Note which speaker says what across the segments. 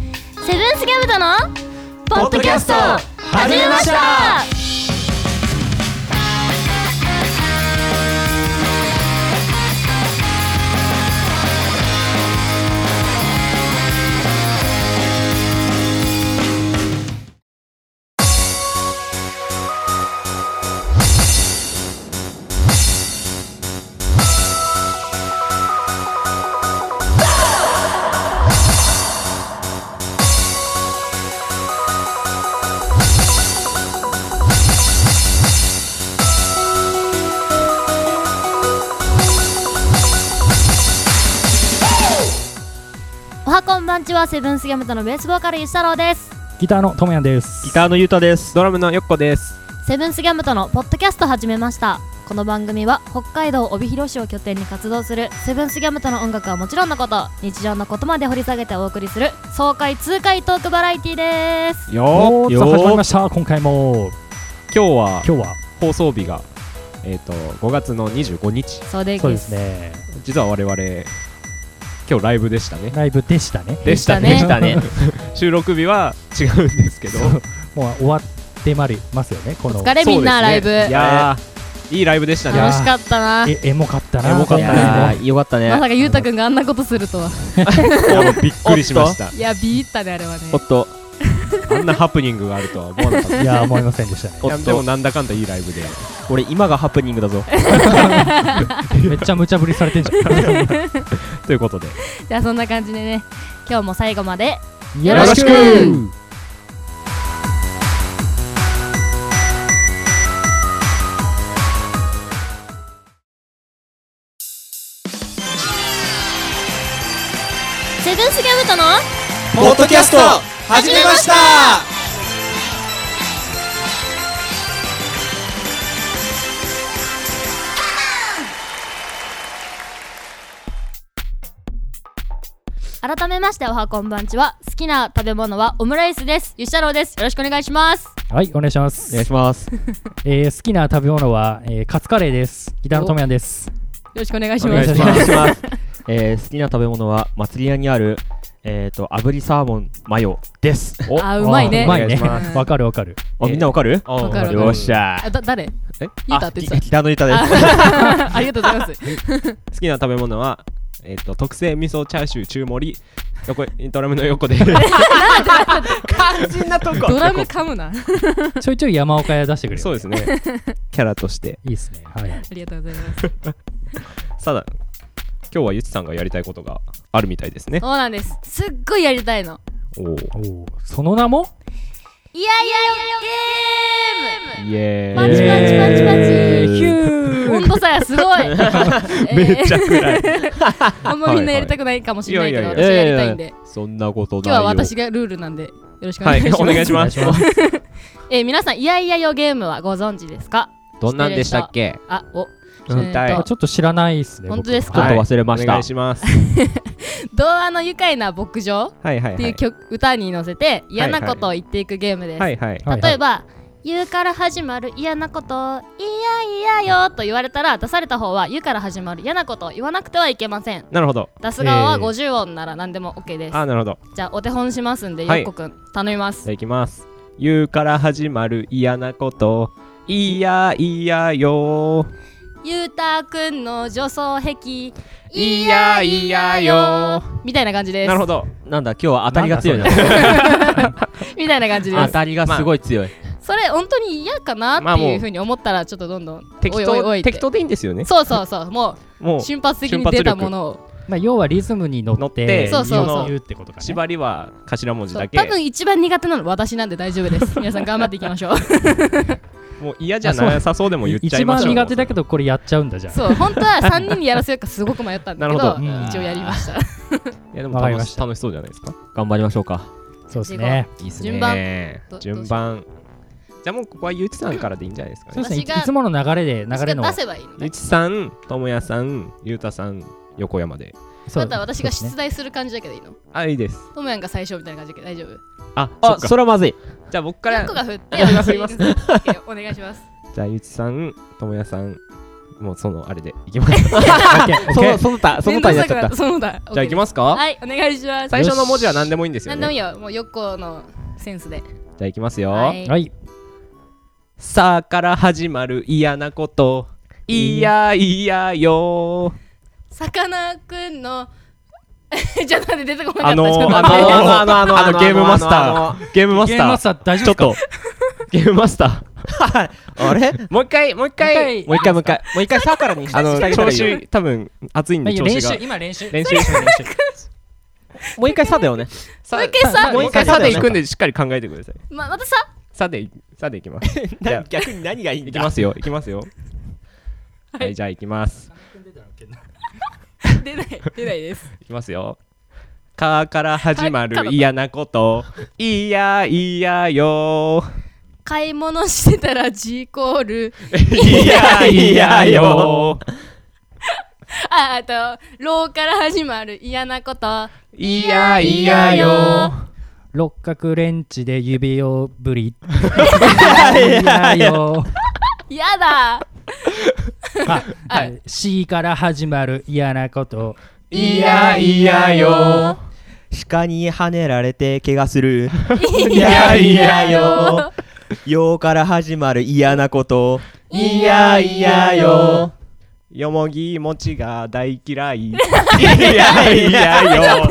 Speaker 1: ルンスギャムとのポッドキャスト始めましたおはこんばんちはセブンスギャムとのベースボーカルゆしたろうです
Speaker 2: ギターのともやんです。
Speaker 3: ギターのゆうたです。
Speaker 4: ドラムのよっこです。
Speaker 1: セブンスギャムとのポッドキャスト始めましたこの番組は北海道帯広市を拠点に活動するセブンスギャムとの音楽はもちろんのこと日常のことまで掘り下げてお送りする爽快痛快トークバラエティです
Speaker 2: お
Speaker 3: よ
Speaker 2: ーっと始まりました。今回も
Speaker 4: 今日は
Speaker 2: 今日は
Speaker 4: 放送日がえっ、と5月の25日。
Speaker 1: そうで
Speaker 2: そうですね
Speaker 4: 実は我々今日ライブでしたね。
Speaker 2: ライブでしたね。
Speaker 4: でした
Speaker 1: で
Speaker 4: ね。
Speaker 2: したね
Speaker 4: 収録日は違うんですけど。
Speaker 2: そうもう終わってまりますよね。こ
Speaker 1: お
Speaker 2: の
Speaker 1: 疲れみんな、
Speaker 4: そう
Speaker 1: ライ
Speaker 4: です
Speaker 1: ブ
Speaker 4: ねいやーいいライブでした
Speaker 2: いや
Speaker 4: ね。
Speaker 1: 楽しかったな
Speaker 2: えエモかったな。
Speaker 4: エモかった
Speaker 3: い
Speaker 4: ね
Speaker 3: やー、よかった
Speaker 1: まさ
Speaker 3: ね。
Speaker 1: かゆうたくんがあんなことするとは
Speaker 4: あのびっくりしました。
Speaker 1: いやビビったねあれはね
Speaker 3: おっと、
Speaker 4: あんなハプニングがあるとは思わなかった。
Speaker 2: いやー思いませんで したね。
Speaker 3: お
Speaker 4: いや
Speaker 3: っ
Speaker 4: でも
Speaker 3: と、
Speaker 4: なんだかんだいいライブで。
Speaker 3: 俺今がハプニングだぞ。
Speaker 2: めっちゃ無茶ぶりされてんじゃ
Speaker 4: ということで。
Speaker 1: じゃあそんな感じでね今日も最後まで
Speaker 2: ん。
Speaker 1: よろしくセブンスギャムとの
Speaker 3: ポッドキャスト
Speaker 1: 始めました改めましておはこんばんちは好きな食べ物はオムライスですゆしたろうですよろしくお願いします
Speaker 2: はいお願いしま
Speaker 3: お願い
Speaker 2: す。
Speaker 3: します。
Speaker 2: えー好きな食べ物はえーカツカレーです。ギターのともやんです。
Speaker 1: よろしくお願い
Speaker 3: お
Speaker 1: しま
Speaker 3: 願い
Speaker 1: す
Speaker 3: します。えー好きな食べ物は祭り屋にあるえっと炙りサーモンマヨです。
Speaker 4: お
Speaker 1: あうまいね
Speaker 2: あーうまい
Speaker 3: お願い
Speaker 2: ね
Speaker 3: します。
Speaker 2: わかるわかる。
Speaker 3: お
Speaker 4: えー
Speaker 3: みんなわかる？
Speaker 4: お
Speaker 1: わかるわかる
Speaker 3: よっしゃ
Speaker 1: あだ誰
Speaker 4: え
Speaker 1: ゆうた
Speaker 3: あ
Speaker 1: って
Speaker 3: ギ
Speaker 1: 言って
Speaker 3: ギターのゆうたです。
Speaker 1: たありがとうござい ます
Speaker 4: 好きな食べ物は、えっと特製味噌チャーシュー中盛り横ドラムの横で肝心なとこ
Speaker 1: ドラム噛むなあ
Speaker 2: ちょいちょい山岡屋出してくれ。
Speaker 4: そう
Speaker 2: う。
Speaker 4: ですねキャラとして
Speaker 2: いいですね。はい。
Speaker 1: りがとうございます
Speaker 4: ただ今日はゆちさんがやりたいことがあるみたいですね
Speaker 1: そうなんですすっごいやりたいの
Speaker 4: おおー
Speaker 2: おーその名も
Speaker 1: いやいや
Speaker 4: イエ
Speaker 1: パチパチパチパチ
Speaker 4: ーイ
Speaker 2: ヒ
Speaker 4: ー
Speaker 2: ュ
Speaker 1: ゲーム温度差がすごい
Speaker 4: めっちゃ暗い
Speaker 1: あんまみんなやりたくないかもしれないけど、
Speaker 4: はい
Speaker 3: はい
Speaker 1: 私がやりたいんで、
Speaker 4: そんなこと
Speaker 1: 今
Speaker 4: だ
Speaker 1: 日
Speaker 4: よ
Speaker 1: は私がルールなんで、よろしくお
Speaker 4: は
Speaker 1: 願いし
Speaker 4: い
Speaker 1: ます。
Speaker 4: お願いします
Speaker 2: お願いし
Speaker 1: えー皆さん、いやいやよゲームはご存知ですか
Speaker 3: どんなんでしたっけ？
Speaker 1: あ、お、
Speaker 4: うん
Speaker 1: えーと
Speaker 4: 痛い
Speaker 2: あちょっと知らないですね。
Speaker 1: 本当
Speaker 2: 僕
Speaker 1: です
Speaker 3: ちょ
Speaker 1: か
Speaker 3: っ
Speaker 4: は
Speaker 3: と
Speaker 4: い
Speaker 3: 忘れま
Speaker 4: お
Speaker 3: した
Speaker 4: 願い。します
Speaker 1: 童話の愉快な牧場
Speaker 4: はいは
Speaker 1: っ
Speaker 4: いは
Speaker 1: ていう
Speaker 4: い
Speaker 1: 曲、歌に乗せて嫌なことを言っていくゲームです。
Speaker 4: はいはい
Speaker 2: はい
Speaker 1: 例えば、言うから始まる嫌なこと、いやいやよと言われたら、出された方は、言うから始まる嫌なことを言わなくてはいけません。
Speaker 4: なるほど
Speaker 1: 出す側は
Speaker 2: えー
Speaker 1: 50音なら何でも OK です。
Speaker 4: あなるほど
Speaker 1: じゃあ、お手本しますんで、
Speaker 4: はい
Speaker 1: ゆっこくん、頼みます
Speaker 4: じゃ。あいきます。言うから始まる嫌なこと。いやいやよ。
Speaker 1: ゆうたくんの女装壁
Speaker 4: いやいやよ
Speaker 1: みたいな感じです
Speaker 4: なるほど。
Speaker 3: なんだ今日は当たりが強いな。
Speaker 1: みたいな感じで
Speaker 3: 当
Speaker 1: す
Speaker 3: たりがすごい強い。
Speaker 1: それ本当に嫌かな
Speaker 4: まあ
Speaker 1: って
Speaker 4: もう
Speaker 1: いうふうに思ったらちょっとどんどん
Speaker 4: 適
Speaker 1: おいおいおいって
Speaker 4: 当適当でいいんですよね。
Speaker 1: そうそうそうも
Speaker 4: も
Speaker 1: う
Speaker 4: う
Speaker 1: 瞬発的に出たものを
Speaker 2: まあ、要はリズムに乗
Speaker 4: 乗
Speaker 2: っ
Speaker 4: ってて
Speaker 1: そうそうそう
Speaker 2: 言うってことかね。
Speaker 4: 縛りは頭文字
Speaker 1: そ
Speaker 4: だ
Speaker 1: う
Speaker 4: け
Speaker 1: 多。分一番苦手なの私なんで大丈夫 です皆さん頑張っていきましょう
Speaker 4: もう嫌じゃなさそうでも言っちゃ
Speaker 2: 一
Speaker 4: いま
Speaker 2: 番
Speaker 4: しょう。
Speaker 2: 苦手だけどこれやっちゃうんだじゃん。
Speaker 1: そう本当は3人にやらせようかすごく迷ったんだけど
Speaker 4: なるほ
Speaker 2: どうん
Speaker 1: 一応やりました
Speaker 4: いやでも
Speaker 2: わかりま
Speaker 4: 楽
Speaker 2: し
Speaker 4: した楽しそうじゃないですか。
Speaker 3: 頑張りましょうか。
Speaker 2: そうですね。
Speaker 3: いいっすね。
Speaker 1: 順番
Speaker 4: え
Speaker 1: ど
Speaker 4: 順番。じゃあもうここはゆうちさんからでいいんじゃないですか
Speaker 2: そう
Speaker 4: ね。
Speaker 2: ですね。い
Speaker 1: 私が
Speaker 2: いつもの流れで流れの
Speaker 1: 出。せばいいの
Speaker 4: ゆ
Speaker 1: ね
Speaker 4: うちさん、ともやさん、ゆうたさん、横山で。
Speaker 2: そ
Speaker 1: ま
Speaker 2: う
Speaker 1: た私が
Speaker 2: そうで
Speaker 1: 出
Speaker 2: すね
Speaker 1: 題する感じだけどいいの
Speaker 4: あ、いいです。
Speaker 1: トムヤンが最初みたいな感じだけど大丈夫
Speaker 4: あ、そ
Speaker 3: あ
Speaker 4: っ、か。
Speaker 3: それはまずい。
Speaker 4: じゃあ僕か
Speaker 1: からっ。こが振って私が言います OK お願いします
Speaker 4: じゃあゆうちさん、ともやさん、もうそのあれでいきます そのその他その他になっちゃったじ
Speaker 1: その他
Speaker 4: ゃあいきますか
Speaker 1: はいお願いします
Speaker 4: 最初の文字は何でもいいんです
Speaker 1: な
Speaker 4: よ
Speaker 1: んでもい
Speaker 4: ね
Speaker 1: いよもうよっこのセンスで
Speaker 4: じゃあいきますよ、
Speaker 1: はい
Speaker 2: はい。
Speaker 4: さあから始まる嫌なこといやいやよ
Speaker 1: さかなクンの じゃあなんで出てこなかった
Speaker 4: あのー、
Speaker 1: ちょっと
Speaker 4: あの
Speaker 1: 待って
Speaker 4: ー、あ のー、あのー、あのー、ゲームマスター。ゲームマ
Speaker 2: ゲ
Speaker 4: ス
Speaker 2: ームマ
Speaker 4: タ
Speaker 2: スター大
Speaker 4: ー。
Speaker 2: 丈
Speaker 4: ちょ
Speaker 2: 夫
Speaker 4: っと。ゲームマスター。あれもう一回、もう一回。
Speaker 2: もう一
Speaker 4: 回、もう一回。もう一回、さからにあの、調子、多分、熱いんで、調子
Speaker 2: 練
Speaker 4: が
Speaker 2: 習、。今練習。
Speaker 4: 練習して練習。もう一回、さだよね。もう一
Speaker 1: 回さ
Speaker 4: もう一回、さでいくんで、しっかり考えてください。
Speaker 1: ままたさ
Speaker 4: さで、さでいき ます。じゃあ
Speaker 3: 逆に何がいいん
Speaker 4: いきますよ、いきますよ。はい、じゃあ、いきます。
Speaker 1: 出ない出ないです
Speaker 4: いきますよ。かから始まる嫌なこと。いやいやよ
Speaker 1: 買い物してたら G コール
Speaker 4: いやいやよ
Speaker 1: ああと「ロー」から始まる嫌なこと
Speaker 4: いやいやよ
Speaker 2: 六角レンチで指をぶり。いやよ。
Speaker 1: 嫌だ
Speaker 2: あはい C から始まる嫌なこと。
Speaker 4: いやいやよ
Speaker 3: 鹿に跳ねられて怪我する
Speaker 4: いやいや
Speaker 3: よようから始まる嫌なこと
Speaker 4: いやいやよよもぎ餅が大嫌いいやいやよ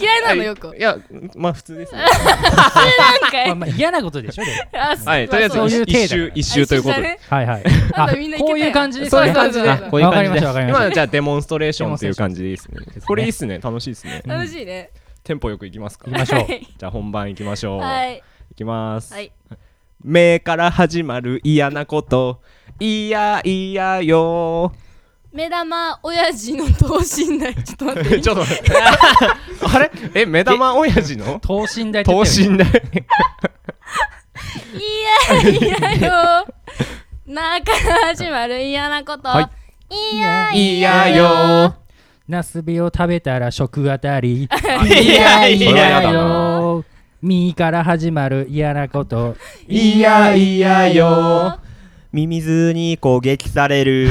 Speaker 1: 嫌いなのよく
Speaker 4: いやまあ普通ですね
Speaker 1: なんか
Speaker 2: まあ
Speaker 1: い
Speaker 2: まあ嫌なことでしょ。でも
Speaker 1: あす
Speaker 4: はいとりあえず
Speaker 1: そうそう
Speaker 2: いう
Speaker 4: 一
Speaker 2: 程
Speaker 4: 周
Speaker 2: 度
Speaker 4: 一周ということ
Speaker 1: あ一緒だ
Speaker 4: で
Speaker 1: ね
Speaker 2: はいはい。
Speaker 1: あとみんな行けたよ
Speaker 2: こういう感じです
Speaker 1: そういう
Speaker 2: ね。
Speaker 1: 感じだ
Speaker 4: あこういう
Speaker 2: わかり
Speaker 4: 感
Speaker 2: ま
Speaker 4: じで
Speaker 2: したわかりま
Speaker 4: 今
Speaker 2: し
Speaker 4: のじゃあデモンストレーションという感じでいいですねこれいいっすね楽しいっすね
Speaker 1: 楽しいね
Speaker 4: テンポよくいきますか
Speaker 2: 行きましょう
Speaker 1: はい
Speaker 4: じゃあ本番いきましょう
Speaker 1: はい
Speaker 4: いきます
Speaker 1: はい
Speaker 4: 目から始まる嫌なこといやいやよ
Speaker 1: 目玉親父の等身大ちょっと待って
Speaker 4: ちょっと待ってあれえ目玉親父の
Speaker 2: 等身大って
Speaker 4: 等
Speaker 2: 言ってる
Speaker 4: 身大
Speaker 1: いやいやよなから始まる嫌なこと、、
Speaker 4: はい
Speaker 1: や
Speaker 4: いやよ
Speaker 2: ナスビを食べたら食あた り。
Speaker 4: いやい
Speaker 2: い
Speaker 4: や
Speaker 2: や
Speaker 4: よ
Speaker 2: よ。みから始まる嫌なこと。
Speaker 4: いやいやよ
Speaker 3: ミミズに攻撃される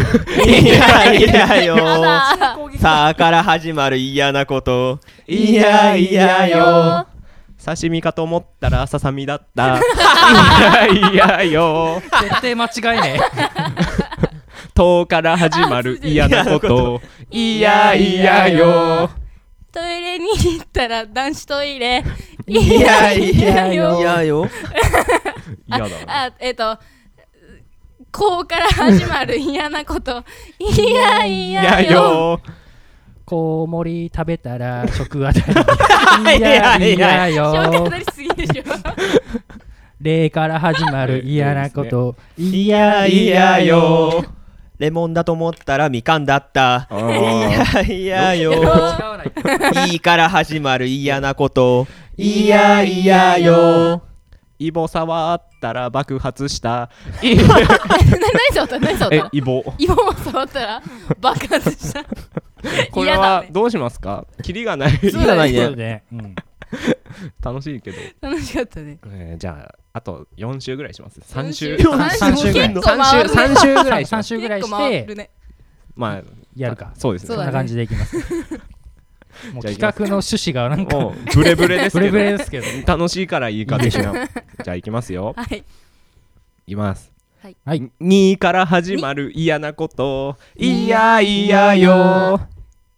Speaker 3: いやいやよさあから始まる嫌なこと
Speaker 4: いやいやよ刺身かと思ったらささみだったいやいやよ
Speaker 2: 絶対間違いね。
Speaker 4: 遠から始まる嫌なこといやいやよ
Speaker 1: トイレに行ったら男子トイレ
Speaker 2: いやいや
Speaker 1: よ
Speaker 3: いやよ
Speaker 4: 嫌だな
Speaker 1: あえっ、とこうから始まる嫌なこといやい
Speaker 4: いや
Speaker 1: やよ
Speaker 4: よ
Speaker 2: コウモリ食べたら食あた り。いやいや
Speaker 1: 小学
Speaker 2: よ。
Speaker 1: りすぎでしょ
Speaker 2: 例から始まる嫌なこと。い
Speaker 3: や
Speaker 2: やいやよ。
Speaker 3: レモンだと思ったらみかんだった
Speaker 4: あ
Speaker 3: い
Speaker 4: ー
Speaker 3: やいやよ
Speaker 1: よ
Speaker 3: いいから始まる嫌なこといやいやよ
Speaker 4: イボ触ったら爆発し
Speaker 1: な
Speaker 4: た
Speaker 1: 何触った何触
Speaker 4: え
Speaker 1: った
Speaker 4: イボ
Speaker 1: 芋を触ったら爆発した
Speaker 4: これ
Speaker 1: 嫌だ
Speaker 4: は
Speaker 1: ね
Speaker 4: どうしますかキリがない
Speaker 3: いがない
Speaker 2: そう
Speaker 3: ね
Speaker 2: ね。うん
Speaker 4: 楽しいけど、
Speaker 1: 楽しかったね
Speaker 4: えーじゃああと4週ぐらいします3週
Speaker 1: 四
Speaker 2: 週三週ぐらい
Speaker 1: 結構
Speaker 4: 3
Speaker 1: 回
Speaker 4: 週
Speaker 1: る
Speaker 4: 三週ぐらいしま
Speaker 2: 3
Speaker 4: す
Speaker 2: 週ぐらい
Speaker 1: 結構
Speaker 2: し
Speaker 1: 回
Speaker 2: て
Speaker 1: るね
Speaker 4: まあ
Speaker 2: やるか。
Speaker 4: そうです
Speaker 1: そう
Speaker 2: こ
Speaker 4: ね
Speaker 1: だ
Speaker 2: んな感じでいき ます。もう
Speaker 4: じゃあい
Speaker 2: 企
Speaker 4: きま
Speaker 2: 画
Speaker 4: す
Speaker 2: の趣旨がなんか
Speaker 4: もうブレブレです
Speaker 2: ブ
Speaker 4: けど
Speaker 2: レブレですけど。
Speaker 4: 楽しいからいいか的な じゃあいきますよ
Speaker 1: はい
Speaker 4: いきます
Speaker 2: はい。
Speaker 4: 2から始まる嫌なこといやいやよ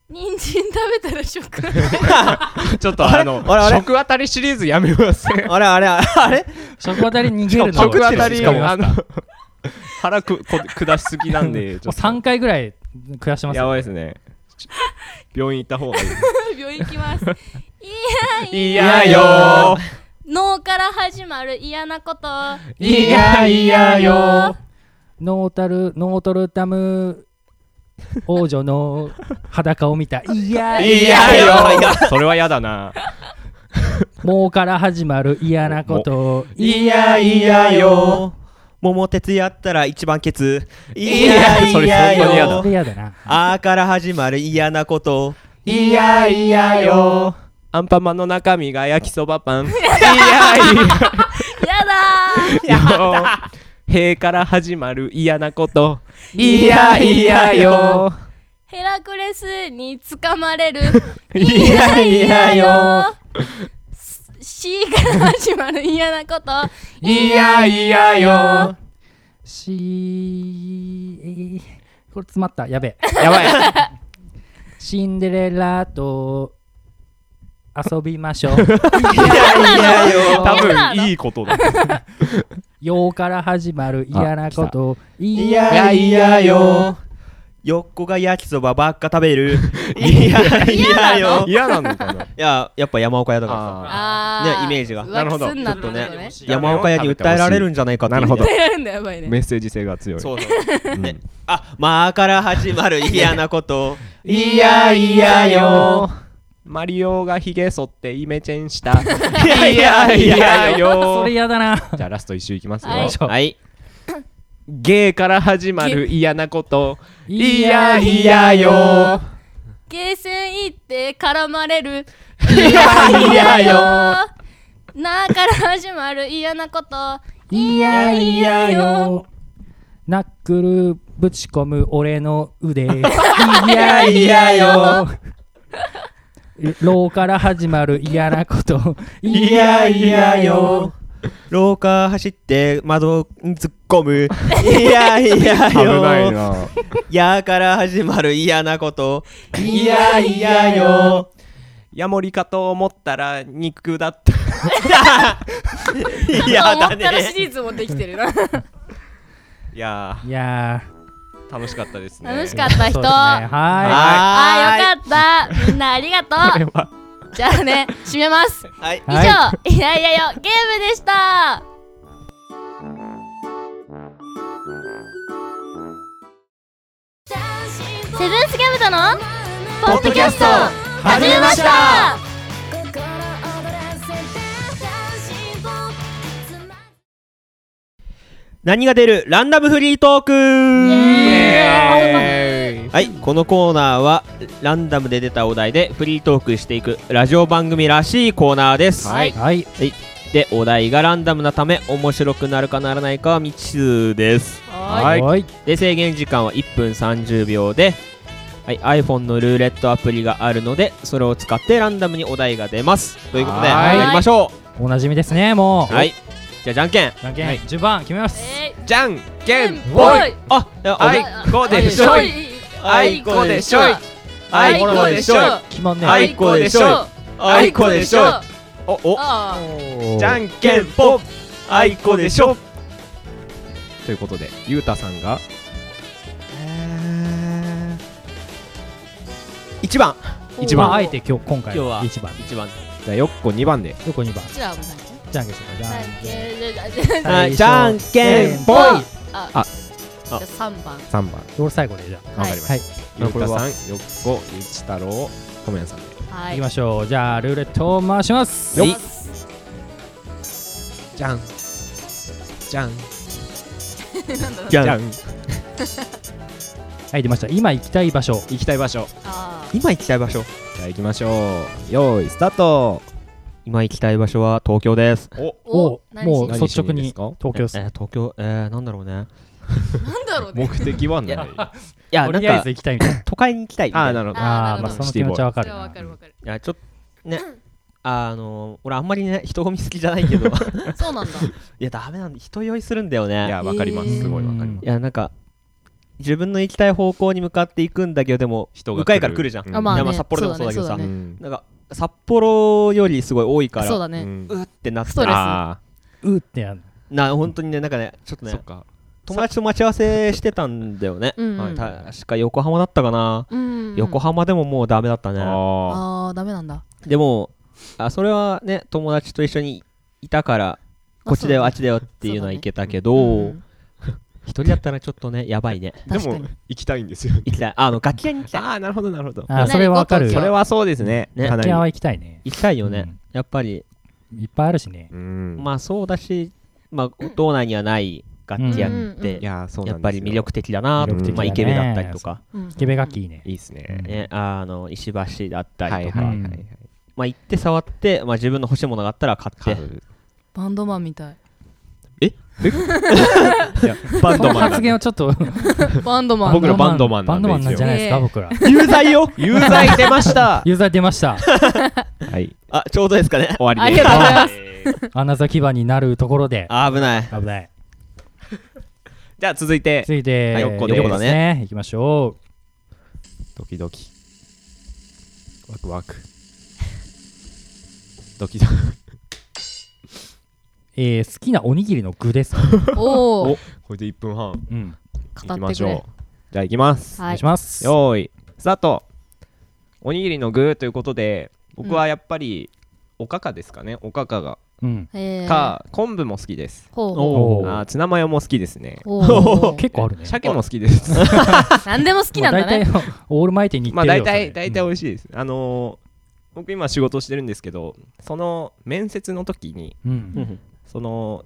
Speaker 1: 人参食べたら食
Speaker 4: ちょっとあ の
Speaker 3: あれあれ
Speaker 4: 食当たりシリーズやめません
Speaker 3: あれあれあれ
Speaker 2: 食あたり逃げる の
Speaker 4: 食当た
Speaker 2: し
Speaker 4: り
Speaker 2: かも
Speaker 4: あの腹くこ下しすぎなん でちょっと
Speaker 2: 3回ぐらい暮らしてます
Speaker 4: や
Speaker 2: よ。
Speaker 4: ばいですねちょ病院行った方がいい
Speaker 1: 病院行きますいやい
Speaker 4: い
Speaker 1: や
Speaker 4: やよ
Speaker 1: 脳から始まる嫌なこと
Speaker 4: いやいやよ
Speaker 2: ノータル、ノートルダム王女の裸を見た。いや
Speaker 4: いやよそれはやだな
Speaker 2: もうから始まる嫌なこと。
Speaker 4: いやいやよ
Speaker 3: 桃鉄やったら一番ケツい
Speaker 4: やそれ本当に
Speaker 2: い
Speaker 4: 嫌
Speaker 2: や
Speaker 4: だ
Speaker 2: それ嫌だな。
Speaker 3: あーから始まる嫌なこと
Speaker 4: いやいやよアンパンマンの中身が焼きそばパンいやい
Speaker 1: やだー
Speaker 4: やよへから始まる嫌なこと
Speaker 2: いやいやよ
Speaker 1: ヘラクレスにつかまれる
Speaker 2: いやいやよ
Speaker 1: C から始まる嫌なこと
Speaker 2: いやいやよしこれ詰まったやべえ
Speaker 4: やばい
Speaker 2: シンデレラと遊びましょう
Speaker 3: いやいやよ
Speaker 4: 多分いいことだ
Speaker 2: ようから始まる嫌なことい
Speaker 3: いやいやよ横が焼きそばばっか食べるいやいやよい
Speaker 4: 嫌なのかな
Speaker 3: ややっぱ山岡屋だからさ
Speaker 4: あ
Speaker 1: あー
Speaker 3: ねイメージが
Speaker 1: 浮気
Speaker 4: なるほど
Speaker 1: すんな
Speaker 3: ちょっと
Speaker 1: ってこと
Speaker 3: ね
Speaker 1: ね
Speaker 3: 山岡屋に訴えられるんじゃないかっていう
Speaker 4: なるほど
Speaker 1: 訴えられるんだやばい
Speaker 4: ー
Speaker 1: ね
Speaker 4: メッセージ性が強い
Speaker 3: そうそうねあまあから始まる嫌なこと
Speaker 4: いやいやよマリオがひげ剃ってイメチェンしたいやいや
Speaker 2: そ
Speaker 4: よ
Speaker 2: れ嫌だな
Speaker 4: じゃあラスト一周いきますよ、
Speaker 1: はい
Speaker 2: ちょ
Speaker 3: はい
Speaker 4: ゲーから始まる嫌なこと
Speaker 2: い
Speaker 1: ゲーセン行って絡まれる
Speaker 4: いやいや
Speaker 1: よなーから始まる嫌なこと
Speaker 2: いやいやよナックルぶち込む俺の腕いやいやよローから始まる嫌なことい
Speaker 3: 廊下走って窓に突っ込 むいやいや
Speaker 4: 危ない
Speaker 3: よ
Speaker 4: な
Speaker 3: やから始まる嫌なこと
Speaker 4: いやいやよヤモリかと思ったら肉だった
Speaker 3: い
Speaker 1: い
Speaker 3: や
Speaker 1: 思っ
Speaker 3: だ
Speaker 1: たらシ
Speaker 3: ね
Speaker 1: リーズもできてるな
Speaker 4: いや
Speaker 2: いや
Speaker 4: ー楽しかったですね
Speaker 1: 楽しかった
Speaker 2: ーそ
Speaker 1: 人、
Speaker 2: うですね
Speaker 1: あ
Speaker 2: は
Speaker 3: は
Speaker 1: ーよかったみんなありがと
Speaker 4: これ
Speaker 1: う
Speaker 4: は
Speaker 1: じゃあね締めます
Speaker 3: ーいはい
Speaker 1: 以
Speaker 2: はい
Speaker 1: 上、い、やいやよゲームでしたセブンスギャムとのポッドキャスト始めました
Speaker 3: 何が出るランダムフリートークはいこのコーナーはランダムで出たお題でフリートークしていくラジオ番組らしいコーナーです、
Speaker 2: いはい
Speaker 3: でお題がランダムなため面白くなるかならないかは未知数です
Speaker 4: はい
Speaker 2: はい
Speaker 3: で制限時間は1分30秒で、はい、iPhone のルーレットアプリがあるのでそれを使ってランダムにお題が出ますということで
Speaker 4: はい
Speaker 3: やりましょ
Speaker 2: おなじみですねも
Speaker 3: う
Speaker 2: う
Speaker 3: はいじゃあじゃんけん
Speaker 2: じゃんけん10番決めます
Speaker 1: え
Speaker 4: じゃんけん
Speaker 1: ー
Speaker 4: ぽい
Speaker 1: おい
Speaker 3: あいやお
Speaker 4: あいこでしょいあいこでしょいあいこでしょい
Speaker 2: 決まんね
Speaker 3: あいこでしょいあいこでしょいおお
Speaker 1: あ
Speaker 2: おー
Speaker 4: じゃんけんぽんあいこでしょということでゆうたさんが
Speaker 3: 1番
Speaker 2: 一番あえて今日今回
Speaker 3: 今日は
Speaker 2: 一番
Speaker 3: 1番
Speaker 4: じゃあよっこ2番で
Speaker 2: 横二番
Speaker 1: ーじゃあもう
Speaker 2: じゃんけんしてくださいじゃんけん
Speaker 3: あじゃんけんぽい
Speaker 1: あ
Speaker 4: あ
Speaker 1: じゃあ三番
Speaker 4: 3番
Speaker 2: 俺最後でじゃ
Speaker 4: わかりま
Speaker 2: はい
Speaker 4: したゆうたさんよっこ一太郎ともやんさんで
Speaker 2: あ
Speaker 1: はい
Speaker 2: きましょうじゃあルーレットを回します
Speaker 3: よっ
Speaker 4: じゃんじゃん
Speaker 3: じ
Speaker 4: じ
Speaker 3: ゃ
Speaker 4: ゃ
Speaker 3: ん
Speaker 4: ん
Speaker 2: はい出ました今行きたい場所
Speaker 4: 行きたい場所
Speaker 1: あ
Speaker 3: 今行きたい場所
Speaker 4: じゃあ行きましょうよーいスタート
Speaker 3: 今行きたい場所は東京です
Speaker 4: お
Speaker 1: ーお
Speaker 2: をもう
Speaker 1: 何し
Speaker 4: 何
Speaker 2: 率
Speaker 4: し
Speaker 2: 直
Speaker 4: にで
Speaker 2: に
Speaker 4: すか
Speaker 2: 東京です
Speaker 3: えー東京えーなんだろうね
Speaker 1: なんだろうね
Speaker 4: 目的はない
Speaker 3: いや
Speaker 2: と
Speaker 3: なん
Speaker 2: りあえ
Speaker 3: か
Speaker 2: ず行きたいみたいな
Speaker 3: 都会に行きたいみたい
Speaker 4: ああなるほど
Speaker 2: あ
Speaker 1: あ
Speaker 2: あ
Speaker 1: ー
Speaker 2: まあその
Speaker 4: シ
Speaker 2: 気
Speaker 4: ティボーイ
Speaker 2: 持ちはわか
Speaker 1: それ
Speaker 2: る
Speaker 1: はわ
Speaker 2: な
Speaker 1: かるわかる
Speaker 3: いやちょっとねあの俺あんまりね人混み好きじゃないけどい
Speaker 1: そうなんだ
Speaker 3: やダメなんだ人酔いするんだよね
Speaker 4: い
Speaker 3: い
Speaker 4: や
Speaker 3: や
Speaker 4: わかりま
Speaker 1: え
Speaker 4: す
Speaker 1: ー
Speaker 4: すごいわかります
Speaker 3: なんか自分の行きたい方向に向かっていくんだけどでも
Speaker 4: 人が来る
Speaker 3: 向かいから来るじゃん、
Speaker 4: う
Speaker 3: い
Speaker 4: ん
Speaker 3: や
Speaker 1: あまあ
Speaker 3: ま
Speaker 1: ね
Speaker 3: あ札幌でもそうだけどさ、
Speaker 1: そうだね
Speaker 3: なんか札幌よりすごい多いから
Speaker 1: そう
Speaker 3: う
Speaker 1: だね
Speaker 3: うってなって
Speaker 1: ストレス
Speaker 4: あ
Speaker 2: うーってやる
Speaker 3: な本当にねなんかねちょっと
Speaker 4: ーそ
Speaker 3: ね
Speaker 4: っか
Speaker 3: 友達と待ち合わせしてたんだよね、
Speaker 1: うんうん
Speaker 3: 確か横浜だったかな、
Speaker 1: うん
Speaker 3: 横浜でももうダメだったね
Speaker 4: あ
Speaker 1: あーダメなんだ
Speaker 3: でもあそれはね友達と一緒にいたからこっちだよあっちだよっていうの
Speaker 1: そ
Speaker 3: は
Speaker 1: うだね
Speaker 3: いけたけ
Speaker 1: う
Speaker 3: ど
Speaker 1: ん
Speaker 3: 一人だったらちょっとねやばいね
Speaker 4: で
Speaker 1: 確か
Speaker 4: も
Speaker 1: に
Speaker 4: 行きたいんですよね
Speaker 3: 行きたいあの楽器屋に行きたい
Speaker 4: ああなるほどなるほど
Speaker 2: あーそれはわかる
Speaker 1: 何
Speaker 4: それはそうですね
Speaker 3: ね
Speaker 4: かな
Speaker 2: 沖
Speaker 4: り
Speaker 2: 縄行きたいね
Speaker 3: 行きたいよね、
Speaker 2: うん
Speaker 3: やっぱり
Speaker 2: いっぱいあるしね
Speaker 4: うん
Speaker 3: まあそうだしまあ道内にはない楽器屋っ
Speaker 1: うんうん
Speaker 3: て
Speaker 4: いやーそうな
Speaker 3: や
Speaker 4: んですよ
Speaker 3: っぱり魅力的だなと
Speaker 4: 魅力的だね
Speaker 3: まあイケベだったりとか、
Speaker 1: うん
Speaker 2: イケベ楽器いいね
Speaker 4: いいですね
Speaker 3: ね、あの石橋だった
Speaker 4: は
Speaker 3: り
Speaker 4: い
Speaker 3: と
Speaker 4: はいは
Speaker 3: か、
Speaker 4: い
Speaker 2: うん
Speaker 4: はい
Speaker 3: まあ行って触って、まあ、自分の欲しいものがあったら買って
Speaker 4: 買う
Speaker 1: バンドマンみたい
Speaker 4: バン
Speaker 2: こ
Speaker 4: ド
Speaker 2: の
Speaker 4: マンな
Speaker 2: 発
Speaker 4: んで
Speaker 2: 言はちょっと
Speaker 1: バンドマン
Speaker 4: 僕らバンドマンなん
Speaker 2: バン
Speaker 4: で
Speaker 2: ドマンなんじゃないですか
Speaker 1: 一応
Speaker 2: 僕ら
Speaker 3: 有罪よ 有罪出ま した
Speaker 2: ユーザー出ました
Speaker 4: はい
Speaker 3: あ、ちょうどですかね。
Speaker 4: 終わり
Speaker 1: あ
Speaker 4: で
Speaker 1: り
Speaker 4: す
Speaker 1: がとうございます
Speaker 2: 穴咲き場になるところで
Speaker 3: あ危ない。
Speaker 2: 危ない
Speaker 3: じゃあ続いて、
Speaker 2: 続いて
Speaker 3: はい
Speaker 2: 横
Speaker 3: 横だ
Speaker 2: です
Speaker 3: ね
Speaker 2: ねいきましょ
Speaker 4: ドキドキワクワクドキドキ
Speaker 2: うえー好きなおにぎりの具ですか
Speaker 1: おお
Speaker 4: おこれで1分半
Speaker 2: うん
Speaker 4: い
Speaker 1: 語
Speaker 4: き
Speaker 1: っ
Speaker 4: ま
Speaker 1: て
Speaker 4: し
Speaker 1: くれ
Speaker 4: ょうじゃあいきます
Speaker 2: お
Speaker 1: は
Speaker 2: 願い
Speaker 1: い
Speaker 2: します
Speaker 4: よーいスタートおにぎりの具ということで僕はやっぱりおかかですかねおかかが
Speaker 2: うん
Speaker 1: えー
Speaker 4: か昆布も好きです
Speaker 1: ほう
Speaker 2: お
Speaker 1: ほ
Speaker 2: ー
Speaker 4: あーツナマヨも好きですね
Speaker 1: うおお
Speaker 2: 結構あるね
Speaker 4: 鮭も好きです
Speaker 1: 何でも好きなんだね
Speaker 2: まあ大体 オールマイティに似
Speaker 4: ま
Speaker 2: て
Speaker 4: あ
Speaker 2: る
Speaker 4: 大
Speaker 2: よ
Speaker 4: 体大体美
Speaker 2: い
Speaker 4: 味しいです、あのー僕今仕事してるんですけどその面接の時に
Speaker 2: うん
Speaker 4: その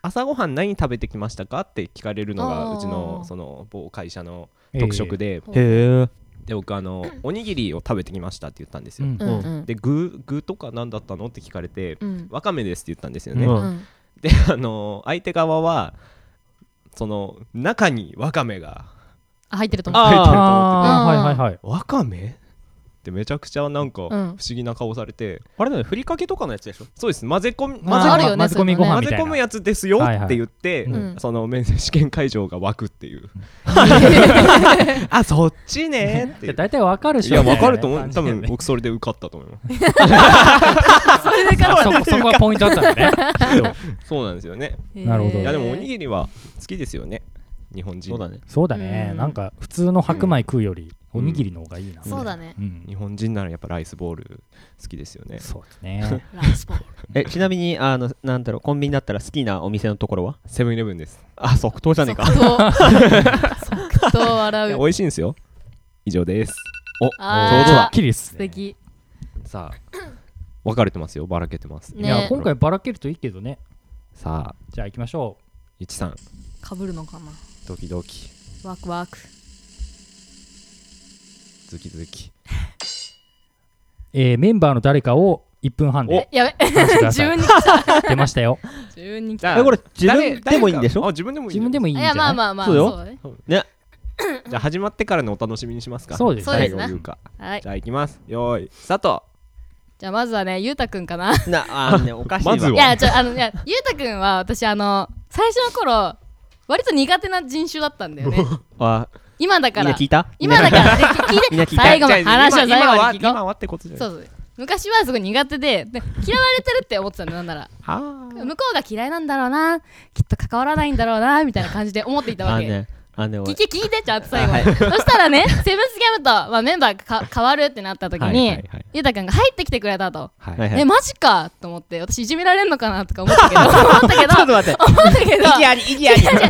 Speaker 4: 朝ごはん何食べてきましたかって聞かれるの
Speaker 1: あ
Speaker 4: が
Speaker 1: ー
Speaker 4: うちのその某会社の
Speaker 2: えー
Speaker 4: 特色で、
Speaker 1: へ
Speaker 3: え。
Speaker 4: で僕あのおにぎりを食べてきましたって言ったんです
Speaker 2: う
Speaker 4: よ、
Speaker 2: ん
Speaker 1: うんうん
Speaker 4: で具具とか何だったのって聞かれて
Speaker 1: うん
Speaker 4: わかめですって言ったんですよね、
Speaker 3: うん
Speaker 1: うん
Speaker 4: で あのー相手側はその中にわかめが
Speaker 1: あ入ってると思う
Speaker 4: 入ってると思ってて
Speaker 2: ああ
Speaker 1: あ
Speaker 2: はい
Speaker 1: ー
Speaker 2: はいはい
Speaker 4: わかめってめちゃくちゃなんか
Speaker 1: ん
Speaker 4: 不思議な顔されて、
Speaker 3: あれだよね、ふりかけとかのやつでしょ
Speaker 4: そうです混ぜ込み
Speaker 1: まず
Speaker 2: あー
Speaker 1: あるよね
Speaker 2: 混ぜ込み
Speaker 1: そ
Speaker 2: ご
Speaker 1: ういうの
Speaker 2: 飯
Speaker 4: 混
Speaker 2: み
Speaker 4: ぜ
Speaker 2: たいな
Speaker 4: 込むやつですよ
Speaker 2: はいはい
Speaker 4: って言って、
Speaker 1: うん
Speaker 4: その面接試験会場が湧くっていうあそっちねってい
Speaker 2: いや
Speaker 4: う
Speaker 2: 大体わかるで
Speaker 4: い
Speaker 2: しょ
Speaker 4: や分かると思う
Speaker 2: みた
Speaker 4: 多
Speaker 2: いな
Speaker 4: 分
Speaker 2: ね
Speaker 4: 僕それで受かったと思います
Speaker 2: そこそこがポイントだったんだ ね
Speaker 4: そうなんですよね
Speaker 2: なるほど
Speaker 1: へー
Speaker 4: いやでもおにぎりは好きですよね日本人
Speaker 3: そうだね。
Speaker 2: そうだね
Speaker 1: うん
Speaker 2: なんか普通の白米食うよりおにぎりの方がいいな
Speaker 1: そうだね
Speaker 2: うん
Speaker 4: 日本人ならやっぱライスボール好きですよね
Speaker 2: そうですね
Speaker 1: ライスボール
Speaker 3: え、ちなみに、あの、なんだろう、コンビニだったら好きなお店のところは
Speaker 4: セブンイレブンです
Speaker 3: あ、即答じゃねえか。
Speaker 1: 即答即答
Speaker 4: い
Speaker 1: 笑
Speaker 4: や
Speaker 1: う
Speaker 4: 美味しいんですよ以上です
Speaker 3: お、ちょうど
Speaker 1: あー
Speaker 2: は
Speaker 3: だ
Speaker 2: っ。きりっ す
Speaker 1: 素
Speaker 2: ね
Speaker 1: 敵
Speaker 4: さあ分かれてますよばらけてます
Speaker 2: い
Speaker 1: ね
Speaker 2: や今回ばらけるといいけどね
Speaker 4: さあ
Speaker 2: じゃあ行きましょ
Speaker 4: いちさん
Speaker 1: かぶるのかな
Speaker 4: ドキドキ
Speaker 1: ワクワク
Speaker 4: ズキズキ
Speaker 2: うえーメンバーの誰かを1分半で
Speaker 1: やべ
Speaker 2: 話してく だ
Speaker 1: 自
Speaker 2: さ
Speaker 1: 分
Speaker 2: い
Speaker 1: に
Speaker 2: 出ましたよ
Speaker 1: 自分に来
Speaker 4: じゃ
Speaker 3: え、これ、自分でもいいんでし
Speaker 4: あ
Speaker 3: ょ
Speaker 4: 自分でもいい
Speaker 2: 自分でもいいん
Speaker 1: い
Speaker 2: じゃ
Speaker 1: やまあ
Speaker 2: ない
Speaker 1: まあまあ
Speaker 3: そうよ
Speaker 1: だね
Speaker 4: じゃあ始まってからのお楽しみにしますか
Speaker 2: そうです
Speaker 1: そうで
Speaker 2: ね
Speaker 1: す
Speaker 4: 最後言うか
Speaker 1: はい
Speaker 4: じゃあ行きますよーいスタート
Speaker 1: じゃあまずはねゆうたくんかない
Speaker 3: な、あーね、おかしいわ。
Speaker 4: まずは
Speaker 1: やちょあのいやゆうたくんは私あの最初の頃割と苦手な人種だったんだよね
Speaker 3: あ、
Speaker 1: 今だ
Speaker 3: み
Speaker 1: か
Speaker 3: んな
Speaker 1: ら
Speaker 3: 聞いた
Speaker 1: 今だからね聞
Speaker 3: みんない聞
Speaker 1: て
Speaker 3: いた
Speaker 1: 最後まで
Speaker 4: じゃあ
Speaker 1: 話を最
Speaker 4: 今
Speaker 1: 後
Speaker 4: 今
Speaker 1: ま
Speaker 4: は
Speaker 1: で聞こ
Speaker 4: 今はってことじゃ
Speaker 1: う
Speaker 4: ない
Speaker 1: そうそう昔はすごい苦手でで嫌われてるって思ってたんだよなんなら
Speaker 4: は
Speaker 1: 向こうが嫌いなんだろうなきっと関わらないんだろうなみたいな感じで思っていた
Speaker 3: あ
Speaker 1: わ
Speaker 3: ー
Speaker 1: け
Speaker 3: ね、あーね、
Speaker 1: 聞
Speaker 3: 俺。
Speaker 1: け聞いてちゃんと最後ま
Speaker 3: あ
Speaker 1: で、 そしたらねセブンスギャムと、まあ、メンバーがか変わるってなった時に、
Speaker 4: はいはいはい
Speaker 1: ゆうたくんが入ってきてくれたと、
Speaker 4: はい
Speaker 3: はいはい
Speaker 1: えマジかと思って私いじめられんのかなとか思ったけど思ったけど
Speaker 3: ちょっと待って。
Speaker 1: 思ったけど
Speaker 3: あり、 意義
Speaker 1: 違
Speaker 3: あり。
Speaker 1: う違う でも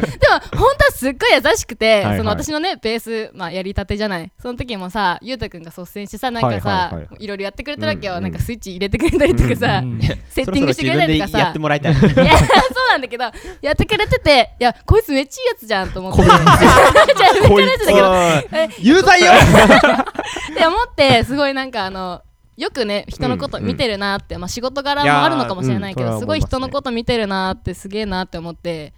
Speaker 1: 本当はすっごい優しくて、
Speaker 4: はい
Speaker 1: その私のねベース、まあ、やりたてじゃないその時もさゆうたくんが率先してさなんかさ、
Speaker 4: はい
Speaker 1: い
Speaker 4: はいはいはい
Speaker 1: ろいろやってくれてるわけよ、
Speaker 4: うんうん
Speaker 1: なんかスイッチ入れてくれたりとかさ、
Speaker 2: うん
Speaker 1: セッティングしてくれたりとか
Speaker 3: そろそろ自分でや
Speaker 1: さ
Speaker 3: ってもらいたい。
Speaker 1: い や そうなんだけどやってくれてていやこいつめっちゃいいやつじゃんと思って じゃあ上からやってたけど
Speaker 3: 有罪よ
Speaker 1: って思ってすごいなんかあのよくね人のこと見てるなって、まあ、仕事柄もあるのかもしれないけ
Speaker 4: い
Speaker 1: ど
Speaker 4: やーうん
Speaker 1: す
Speaker 4: それは
Speaker 1: ごい
Speaker 4: 思いますね
Speaker 1: 人のこと見てるなってすげえなって思って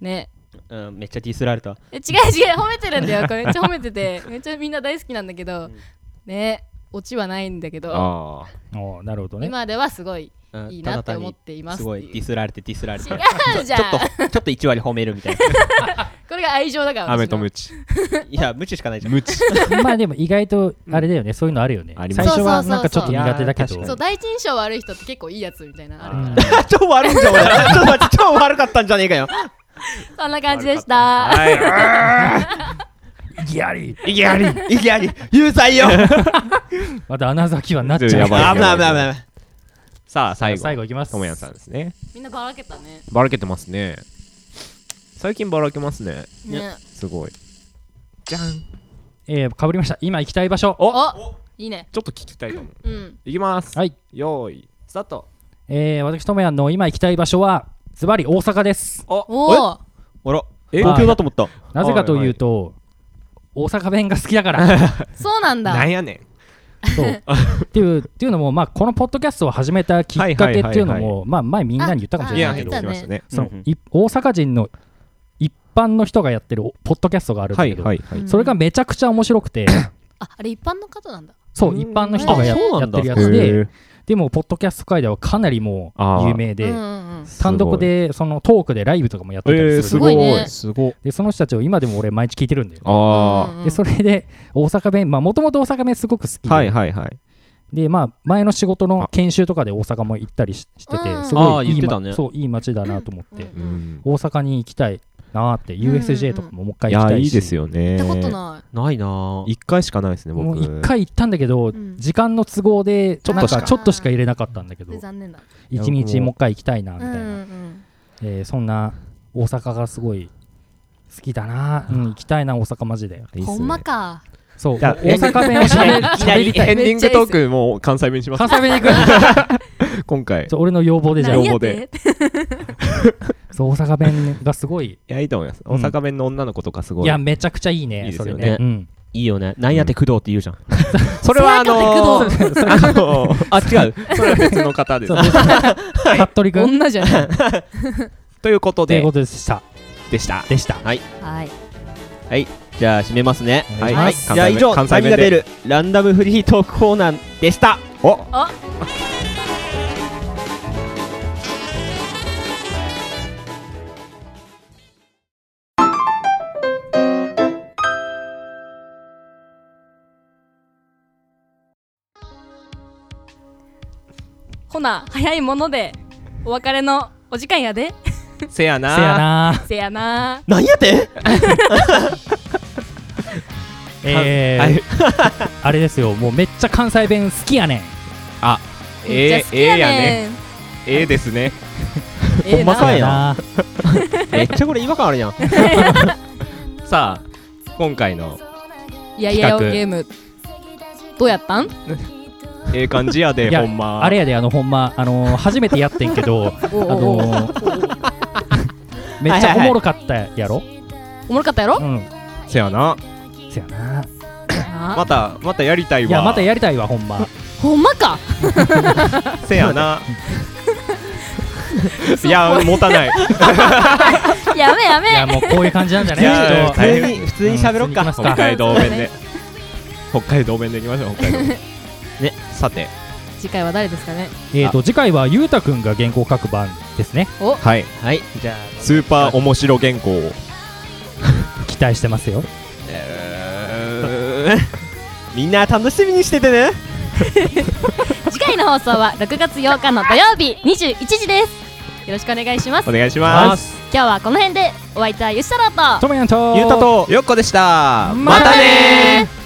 Speaker 1: ね
Speaker 3: うん、めっちゃディスられた。
Speaker 1: え違う違う褒めてるんだよこれめっちゃ褒めてて めっちゃみんな大好きなんだけどねオチはないんだけど
Speaker 4: あ
Speaker 2: おーなるほどね
Speaker 1: 今ではすごい
Speaker 3: うん
Speaker 1: いいなって思っています
Speaker 3: すごいディスられてディスられて
Speaker 1: 違うじ
Speaker 3: ちょっ
Speaker 1: ゃん
Speaker 3: と
Speaker 1: こ
Speaker 3: ちょっと1割褒めるみたい
Speaker 1: れが愛情だか
Speaker 4: あ
Speaker 1: ら
Speaker 4: 雨と
Speaker 1: 私の
Speaker 4: ムチ
Speaker 3: ないや無知しかないじゃ ん
Speaker 4: ムチ
Speaker 2: まあでも意外とあれだよねそういうのあるよね
Speaker 4: ありま
Speaker 2: 最
Speaker 4: す
Speaker 2: 初はなんかちょっと
Speaker 3: そうそうそう
Speaker 2: 苦手だけ
Speaker 3: いやー確か
Speaker 2: ど
Speaker 3: に
Speaker 1: そう第一印象悪い人って結構いいやつみたいなのある
Speaker 2: うん
Speaker 3: 超悪いんじゃん俺ち ょっと待って超悪かったんじゃねえかよ
Speaker 1: そんな感じでした
Speaker 2: いきなり
Speaker 3: いきなりいきなり有罪よ危ない
Speaker 2: また穴咲きはなっちゃう
Speaker 4: やばい
Speaker 3: 危ない危ない
Speaker 4: さあ最後
Speaker 2: 最後いきます
Speaker 4: ともやんさんですね
Speaker 1: みんなばらけたね
Speaker 4: ばらけてますね最近ばらけますね
Speaker 1: ね
Speaker 4: すごいじゃんち
Speaker 2: えーかぶりました今行きたい場所
Speaker 1: おいいね
Speaker 4: ょっと聞きたいかも
Speaker 1: うん
Speaker 4: いきます
Speaker 2: はい
Speaker 4: よーいスタート
Speaker 2: えー私ともやんの今行きたい場所はズバリ大阪です
Speaker 1: おお
Speaker 3: あら
Speaker 4: え
Speaker 3: 東京だと思った
Speaker 2: なぜかというと、大阪弁が好きだから
Speaker 1: そうなんだ
Speaker 4: なんやねん
Speaker 2: そうっていうっていうのも、まあ、このポッドキャストを始めたきっかけっていうのも、
Speaker 4: はいはいはい
Speaker 2: まあ、前みんなに言ったかもし
Speaker 4: い
Speaker 2: れ
Speaker 4: や
Speaker 2: ない
Speaker 4: 言
Speaker 2: けど
Speaker 4: ってきましたね。
Speaker 2: その
Speaker 3: うんうん
Speaker 2: い大阪人の一般の人がやってるおポッドキャストがあるんだ
Speaker 4: は
Speaker 2: け
Speaker 4: い
Speaker 2: ど、
Speaker 4: はいはい。
Speaker 2: それがめちゃくちゃ面白く て
Speaker 1: ああれ一般の方なんだ
Speaker 2: そう一般の人がや
Speaker 3: あそう
Speaker 2: や
Speaker 3: な
Speaker 2: っ
Speaker 3: ん
Speaker 2: て
Speaker 3: だ
Speaker 2: るやつ
Speaker 4: へ
Speaker 2: で
Speaker 4: ー
Speaker 2: でもポッドキャスト界ではかなりも
Speaker 4: あ
Speaker 2: う
Speaker 4: ー
Speaker 2: 有名で
Speaker 1: うんうんうん、
Speaker 2: 単独でそのトークでライブとかもやって
Speaker 4: え
Speaker 2: たりする、
Speaker 4: ー、すご
Speaker 1: すごい
Speaker 4: い
Speaker 1: ね
Speaker 4: すごい
Speaker 2: でその人たちを今でも俺毎日聞いてるんだよ
Speaker 4: あ
Speaker 1: うんうん
Speaker 2: でそれで大阪弁まあもともと大阪弁すごく好きで,、
Speaker 4: あはいはいはい
Speaker 2: でまあ、前の仕事の研修とかで大阪も行ったりししてて、
Speaker 1: うん
Speaker 2: すご
Speaker 3: あー
Speaker 2: いい
Speaker 3: 言っ
Speaker 2: い,、
Speaker 3: てたね
Speaker 2: そういい街だなと思って、
Speaker 1: うん
Speaker 4: うん
Speaker 2: 大阪に行きたいなーって USJ とかももう一回
Speaker 4: い
Speaker 2: 行き
Speaker 4: や
Speaker 2: たいし、
Speaker 4: いいですよね
Speaker 1: 行ったことない、
Speaker 3: ないなぁ
Speaker 4: 一回しかないですね僕
Speaker 2: もう一回行ったんだけど、
Speaker 1: ん
Speaker 2: 時間の都合で
Speaker 4: ちょっ
Speaker 2: なん
Speaker 4: としか
Speaker 2: かちょっとしか入れなかったんだけど
Speaker 1: で残念だ
Speaker 2: 一日もう一回行きたいなみ
Speaker 1: う
Speaker 2: たい
Speaker 1: んう
Speaker 2: な、
Speaker 1: ん
Speaker 2: えーそんな大阪がすごい好きだな、うん、行きたいな大阪マジで
Speaker 4: い
Speaker 1: うん
Speaker 4: いっすね
Speaker 1: ほんまか
Speaker 2: そう
Speaker 4: じゃ
Speaker 2: 大
Speaker 4: あ
Speaker 2: 阪弁をしゃべ
Speaker 4: いきなり
Speaker 2: りた
Speaker 4: エ
Speaker 2: い
Speaker 4: ンディングトークもう関西弁にします
Speaker 2: 関西弁に行
Speaker 4: 今回い
Speaker 2: くそう俺の要望でじゃ
Speaker 1: 何
Speaker 2: あ
Speaker 1: やっ
Speaker 4: 要
Speaker 1: て
Speaker 2: そう大阪弁がすごい
Speaker 4: やいいと思います
Speaker 2: うん
Speaker 4: 大阪弁の女の子とかすご
Speaker 2: い
Speaker 4: い
Speaker 2: やめちゃくちゃいいね
Speaker 4: いいです
Speaker 2: それ
Speaker 4: よね
Speaker 2: ねうん
Speaker 3: いいよねなんやって工藤って言うじゃん
Speaker 4: それはあのーあのー
Speaker 3: あ違う
Speaker 4: それは別の方です
Speaker 2: そう服部君
Speaker 1: 女じゃない
Speaker 4: ということ
Speaker 2: という
Speaker 4: で
Speaker 2: ことでした
Speaker 4: でした
Speaker 2: でした
Speaker 1: はい
Speaker 3: じゃあ締めますね
Speaker 2: お願いします
Speaker 4: はい
Speaker 3: じゃあ以上
Speaker 4: 関西
Speaker 3: 旅
Speaker 4: 弁
Speaker 3: が
Speaker 4: で
Speaker 3: 出るランダムフリートークコーナーでした
Speaker 4: お
Speaker 1: ほな早いものでお別れのお時間やで
Speaker 4: せや
Speaker 2: せ
Speaker 4: な
Speaker 2: やなー
Speaker 1: せやな
Speaker 3: なんやって
Speaker 2: え
Speaker 4: は
Speaker 2: ー
Speaker 4: い
Speaker 2: あれですよもうめっちゃ関西弁好きやねん
Speaker 1: め
Speaker 4: え
Speaker 1: っちゃ
Speaker 4: ー
Speaker 1: 好き
Speaker 4: え
Speaker 1: や
Speaker 4: えやね
Speaker 1: ねん
Speaker 4: ええですね
Speaker 1: ええ
Speaker 3: ほんまか
Speaker 1: な
Speaker 3: や
Speaker 2: な
Speaker 3: めっちゃこれ違和感あるやん
Speaker 4: さあ今回の
Speaker 1: いやいやよ
Speaker 4: 企画
Speaker 1: ゲームどうやったん
Speaker 4: ええ感じやで
Speaker 2: いや
Speaker 4: ほんま
Speaker 2: あれやであのほんまあのー初めてやってんけ
Speaker 1: お
Speaker 2: どあ
Speaker 1: う おうおう
Speaker 2: のーめっちゃおもろかったやろ
Speaker 1: おもろかったやろ
Speaker 2: うん
Speaker 4: せやな
Speaker 2: せやな
Speaker 4: またまたやりたいわ
Speaker 2: いやまたやりたいわほんま
Speaker 1: ほんまか
Speaker 4: せや ないや持たない
Speaker 1: やめや
Speaker 2: いや
Speaker 1: め
Speaker 2: もうこういう感じなんじゃ ない
Speaker 4: いや
Speaker 2: きっと
Speaker 4: 大変
Speaker 3: 普通に喋ろっか、
Speaker 2: うん普通に
Speaker 4: 北
Speaker 2: 行きますか
Speaker 4: 海道弁で北海道弁でいきましょう北海道ねさて
Speaker 1: 次回は誰ですかね
Speaker 2: えーと次回はゆうたくんが原稿書く番ですね
Speaker 4: はい
Speaker 3: はい
Speaker 2: じゃ
Speaker 4: スーパー面白原稿を
Speaker 2: あ期待してますよ
Speaker 3: みんな楽しみにしててね
Speaker 1: 次回の放送は6月8日の土曜日21時ですよろしくお願いします
Speaker 4: お願いします
Speaker 2: す
Speaker 1: 今日はこの辺でお相手は吉太郎と
Speaker 2: ともやんと
Speaker 4: ゆうたとよっこでした
Speaker 2: ま
Speaker 1: たねー